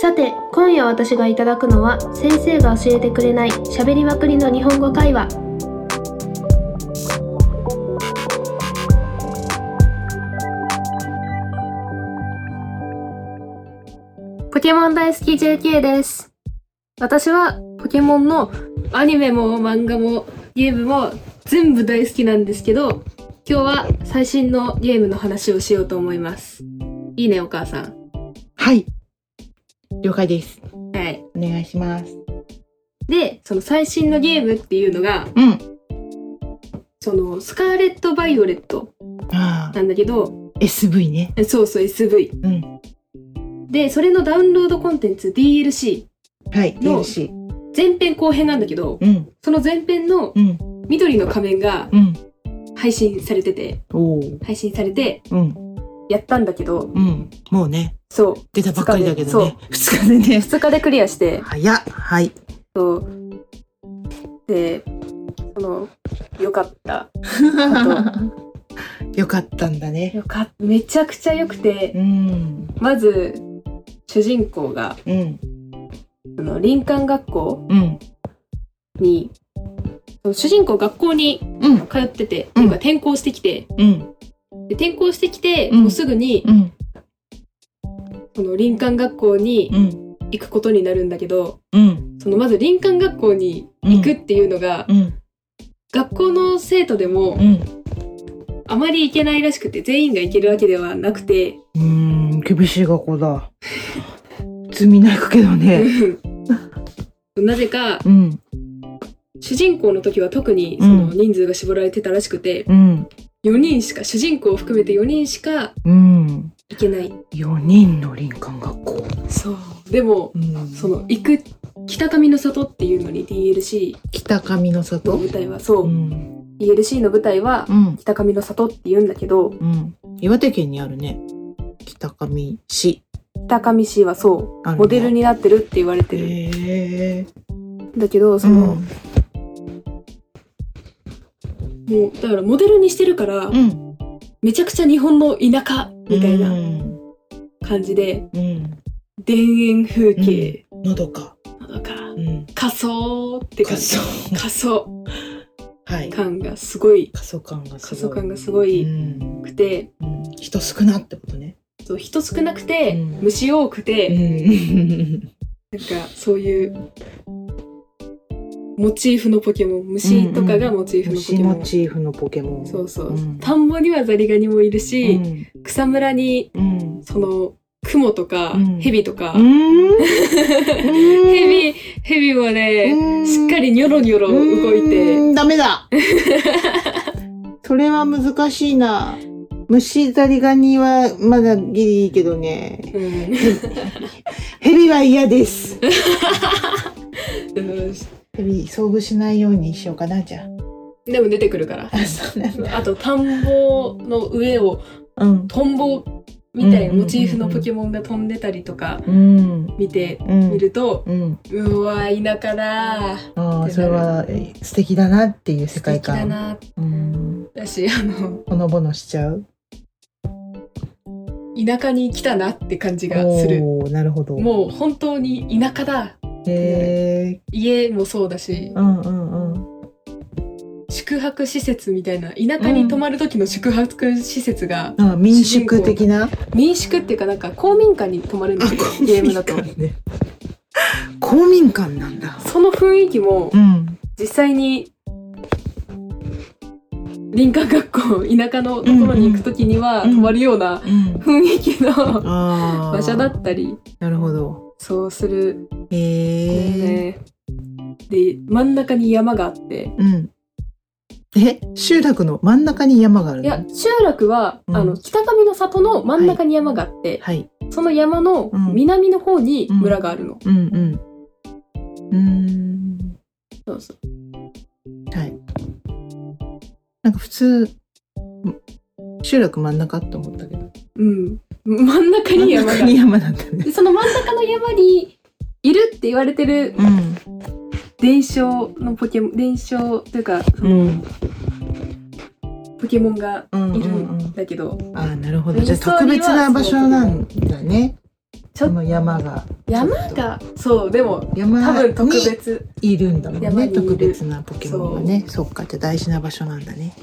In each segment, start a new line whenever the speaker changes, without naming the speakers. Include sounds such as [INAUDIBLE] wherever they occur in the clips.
さて今夜私がいただくのは先生が教えてくれない喋りまくりの日本語会話ポケモン大好き JK です私はポケモンのアニメも漫画もゲームも全部大好きなんですけど今日は最新のゲームの話をしようと思いますいいねお母さん
はい。了解です。
はい
お願いします。
でその最新のゲームっていうのが
うん。
そのスカーレット・バイオレット
ああ
な、んだけど
SV ね。
そうそう SV
うん。
でそれのダウンロードコンテンツ DLC
はい。
の
DLC。
前編後編なんだけど
うん。
その前編の
うん。
緑の仮面が
うん。
配信されてて
おお。
配信されて
うん。
やったんだけど
うん。もうね、
そう
出たばっかりだけどね。二日でね。
2日でクリアして
早っ。はい。
そうでそのよか
[LAUGHS]
った
よかったんだね。
よかっためちゃくちゃ良くて
うん。
まず主人公が
うん。
その林間学校
うん。
にその主人公学校に
うん。
通ってて、
うん
なんか転校してきて、
うん。
で転校してきて、
うん
もうすぐに、
うん。
その林間学校に
うん。
行くことになるんだけど、
うん。
そのまず林間学校に行くっていうのが、
うん。
学校の生徒でも
うん。
あまり行けないらしくて、全員が行けるわけではなくて、
うん。厳しい学校だ。罪ないくけどね。
[LAUGHS] なぜか、
うん。
主人公の時は特に
う
そ
ん
の人数が絞られてたらしくて、
うん。
4人しか、主人公を含めて4人しか
うん。
行けない。
4人の林間学校、
そう。でも、その行く北上の里っていうのに DLC
北上の
の
里
舞台はそう、
ん
DLC の舞台は
うん
北上の里って言うんだけど
うん岩手県にあるね北上市
北上市はそ
あ
う
る
モデル
に
になってるって言われてる、
へえ
だけどその、もうだからモデルにしてるから、
うん、
めちゃくちゃ日本の田舎みたいうなん感じで、
うん、
田園風景、
のどか
なんか
うん
仮想って感
仮
じ
想
仮想
はい
感がすごい
仮想感がす
仮
ご
想
い
感がすご
う
い
ん
くて、
うん、人少なってことね
そう人少なくて、
うん
虫多くて、
ん
なんかそういうモチーフのポケモン虫とかがモチーフのポケ
虫
モン、
モチーフのポケモン
そうそう、
うん
田んぼにはザリガニもいる
う
し、
ん
草むらに
うん
そのクモとか
うん
ヘビとか、
うん
[LAUGHS] ヘビヘビもね、しっかりニョロニョロ動いて
うーんダメだそれは難しいな虫ザリガニはまだギリいいけどねヘビは嫌です
うんうん [LAUGHS]
ヘビ遭遇しないようにしようかなじゃ
でも出てくるから
ああそうなんだ
あと田んぼの上を
うん
トンボみたいなモチーフの
うんうんうんうん
ポケモンが飛んでたりとか
うん
見て
うん
みると、
うん、
うわ田舎だ
ああそれはえ素敵だなっていう世界観
素敵だな
うん
だしあの
ほのぼのしちゃう
田舎に来たなって感じがする
おーなるほど
もう本当に田舎だ
へえ
家もそうだし
うんうんうん
宿泊施設みたいな田舎に泊まる時の宿泊施設が
あ民宿的な
民宿っていうかなんか公民館に泊まるんだ
あ
けどゲームだと
公民館ね公民館なんだ
その雰囲気も
うん
実際に林間学校田舎のところに行く時には
うん
泊
うん
まるような
うん
雰囲気の
ああ
場所だったり
なるほど
そうする
へえ
ねで真ん中に山があって
うんえ集落の真ん中に山がある
い
の
や集落は、
うん
あの北上の里の真ん中に山があって、
はい
その山の
うん
南の方に村があるの、
うんうんうーん
そうそう
はいなんか普通集落真ん中って思ったけど
うん真ん中に山が
真ん中に山なんだね
でその真ん中の山にいるって言われてる
うん
伝承のポケモン伝承というかその
うん
ポケモンが
うん
いる
うんうん
んだけど、
ああなるほどじゃあ特別な場所なんだね
ちょ
その山が
山がそうでも多
山
分特
に
別
いるんだもん
山
ね
にいる
特別なポケモンがねそっかじゃあ大事な場所なんだね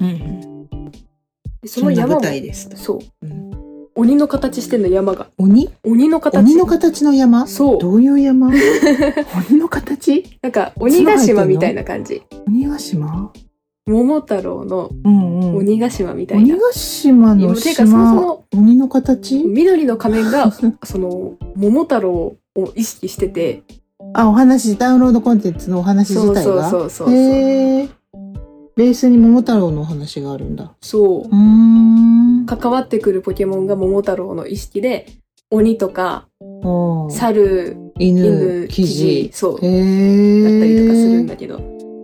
うんうん
そ
そん
の
な
山も
舞台ですと、
そう
うん、
鬼の形してんの山が
鬼
鬼の形
鬼の形の山
そう
どうい
[LAUGHS]
う山鬼の形
なんか鬼ヶ島みたいな感じ
鬼ヶ島
桃太郎の
うんうん
鬼ヶ島みたい
鬼
な
ヶ島
いや
の
てかそ
島
もそも
鬼の形
緑の仮面
[LAUGHS]
がその桃太郎を意識してて
あお話ダウンロードコンテンツのお話
そ
自
う
体
そう
が
そうそうそう
へえベースに桃太郎のお話があるんだ
そう
うーん
関わってくるポケモンが桃太郎の意識で鬼とか
おう
猿
犬
犬
生地
そう
へ
だったりとかする
え
んだけど、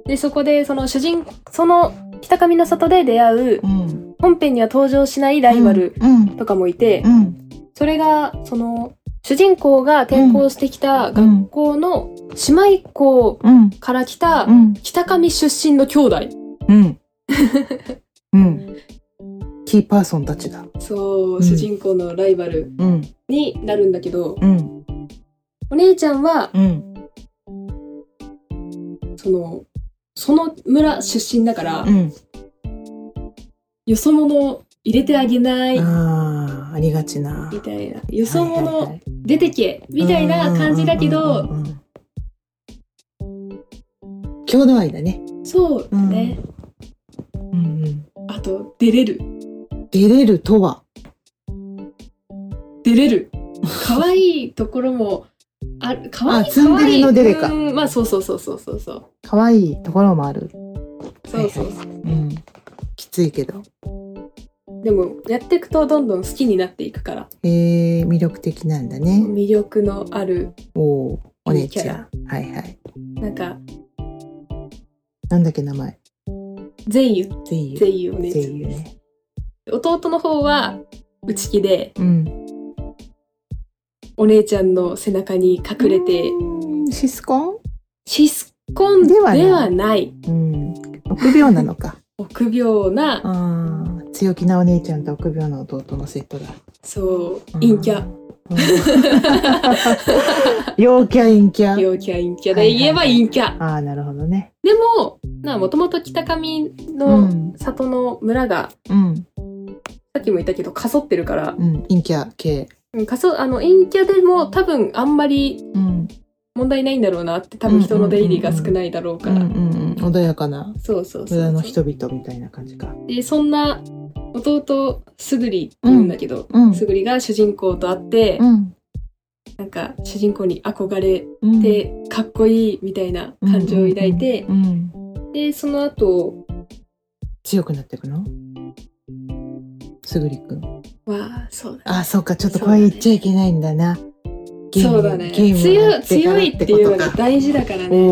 でそこでその主人その北上の里で出会う
うん
本編には登場しないライバル
うん
とかもいて、
うん
それがその主人公が転校してきた学校の姉妹校
うん
から来た
うん
北上出身の兄弟
うん
[LAUGHS]
うんキーパーソンたちだ
そう、
うん
主人公のライバル
うん
になるんだけど
うん
お姉ちゃんは
うん
そのその村出身だから、
うん
よそ者入れてあげない
あーありがちな
みたいなよそ
はいはいは
者
い
出てけみたいな感じだけど
うんうんうんうんうん郷土愛だね、
そうだね、
うんうん、
あと出れる
出れるとは
出れ
[LAUGHS]
る可愛いところもある可愛い
あツンデレの出れ
可
か
愛いうんまあそうそうそうそうそうそう
可愛いところもある、
そうそう、
はいうん、きついけど、
でもやっていくとどんどん好きになっていくから
えー、魅力的なんだね、
魅力のある
おーお
い
姉
いキ
ち
ャ
ゃ
ラ
んはいはい
なんか
なんだっけ名前
善意
ゼイユ
善意お姉
ゼ
ちゃ
イユ
ん
ね
弟の方は内気で
うん
お姉ちゃんの背中に隠れて
うんシスコ
シスコンで
では
は
ない
ない
ンうん臆病な
[LAUGHS]
のか
臆病な
あー強気なお姉ちゃんと臆病な弟のセットだ
そう
うん
陰キャ
うん陽キャ陰キャ
陽キャ陰キャで言えば陰キャ、
ああなるほどね
でもなもともと北上
う
の
ん
里の村が、
うん
さっきも言ったけどかそってるから
う、ん陰キャ系
うん、かそあの陰キャでも多分あんまり
うん
問題ないんだろうなって多分人の出入りが少ないだろう
う
か
んう
ら、
んうん穏やかな
そうそうそう
村の
そう
人々みたいな感じか
でそんな弟すぐりって言うんだけど、
うん
すぐりが主人公と会って、
うん
なんか主人公に憧れ
うん
てかっこいいみたいな感情を抱いて、
うんうん
でその後
強くなっていくのすぐりくん
はそうだ
あそうかちょっとこれ言っちゃいけないんだなゲーム
そうだね
ゲームを
強
やってから
強いっていうのが
ことか
大事だからねちょっと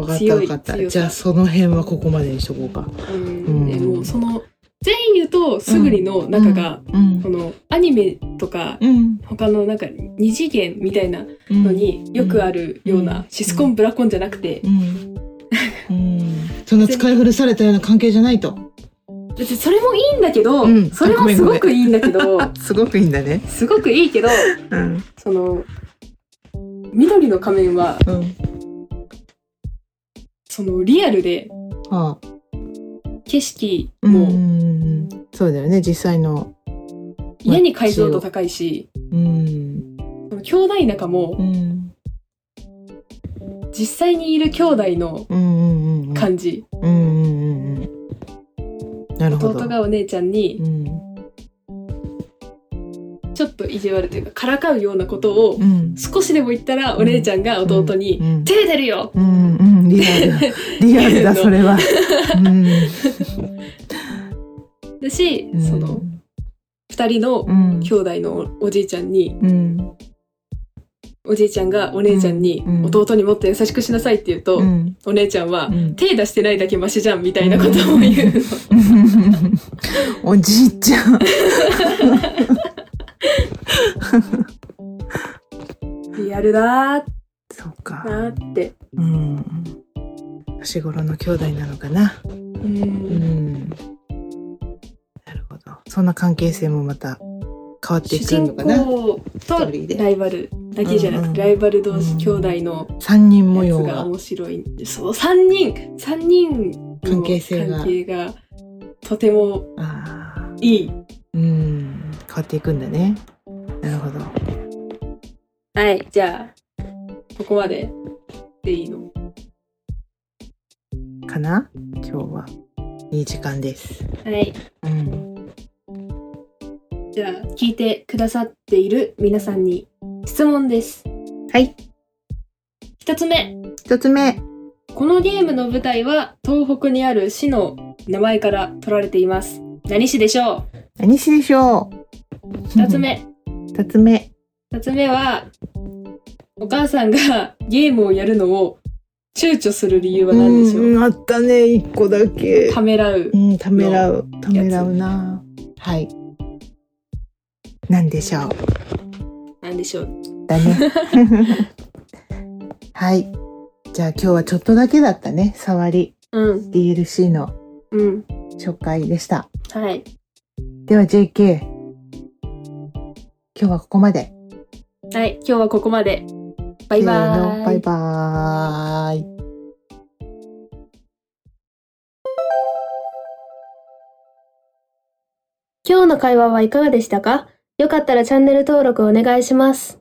お。お分かった
強い
分か
強
った
さ
じゃあその辺はここまでにしとこうか
うん、で
うん
もうその善ユとすぐりの中が、
うん
このアニメとか
うん
他のなんか二次元みたいな
うん
のによくあるよう
うん
なシスコンブラコンじゃなくて
うん、うん、そんな使い古されたような関係じゃないと。
別にそれもいいんだけど、
うん
それもすごくいいんだけ
[LAUGHS]
ど
すごくいいんだね。
すごくいいけど
うん、
その緑の仮面は
うん、
そのリアルで
はあ、
景色
うん、う
も
んうん、そうだよね、実際の。
家に解像度高いし、
うん、
その兄弟仲
う
も
ん、
実際にいる兄弟の
うん、うん、うん、うん、
感じ
うん、うん、うん。なるほど。
弟がお姉ちゃんに
うん、
ちょっと意地悪というかからかうようなことを
うん、
少しでも言ったらお姉ちゃんが弟
う
に
ん
「照れてるよ!
うん、うん、リアル、リアルだ、それは。うん、」
だし
うん
[LAUGHS] その、2人の
うん、
兄弟のおじいちゃんに
うん、
おじいちゃんがお姉ちゃんに
う
「
ん
弟にもっと優しくしなさい」って言うと
うん、
お姉ちゃんは
う
「
ん。
手出してないだけマシじゃん」みたいなことを言うの
おじいちゃん。
リアルだー
そうか。
なーって
うん。年頃の兄弟なのかな。
う
うんん。なるほど。そんな関係性もまた変わってい
主
く
人
のかな
公とライバルだけじゃなくて、
うん
ライバル同士、
うん
兄弟の
三人模
や
様
つが
が
面白いんでそう3人3人の
関係性が
関係がとても
あー
いい
うん変わっていくんだねなるほど
はいじゃあここまででいいの
かな今日はいい時間です
はい
うん
じゃあ聞いてくださっている皆さんに質問です
はい
一つ目
一つ目
このゲームの舞台は東北にある市の名前から取られています何市でしょ
何しでしょう
う二つ目
二つ目
二つ目は、お母さんがゲームをやるのを躊躇する理由は何でしょう、
うんあったね一個だけ
ためらう
う。んためらうためらうなはいなんでしょう
なんでしょう。[LAUGHS]
だねはいじゃあ今日はちょっとだけだったね触り
うん、
DLC の
うん。
紹介でした
はい。
では JK 今日はここまで
はい、今日はここまで。バイバ
せー
ー
の
イ。
バイバーイ
今日の会話はいかがでしたかよかったらチャンネル登録お願いします。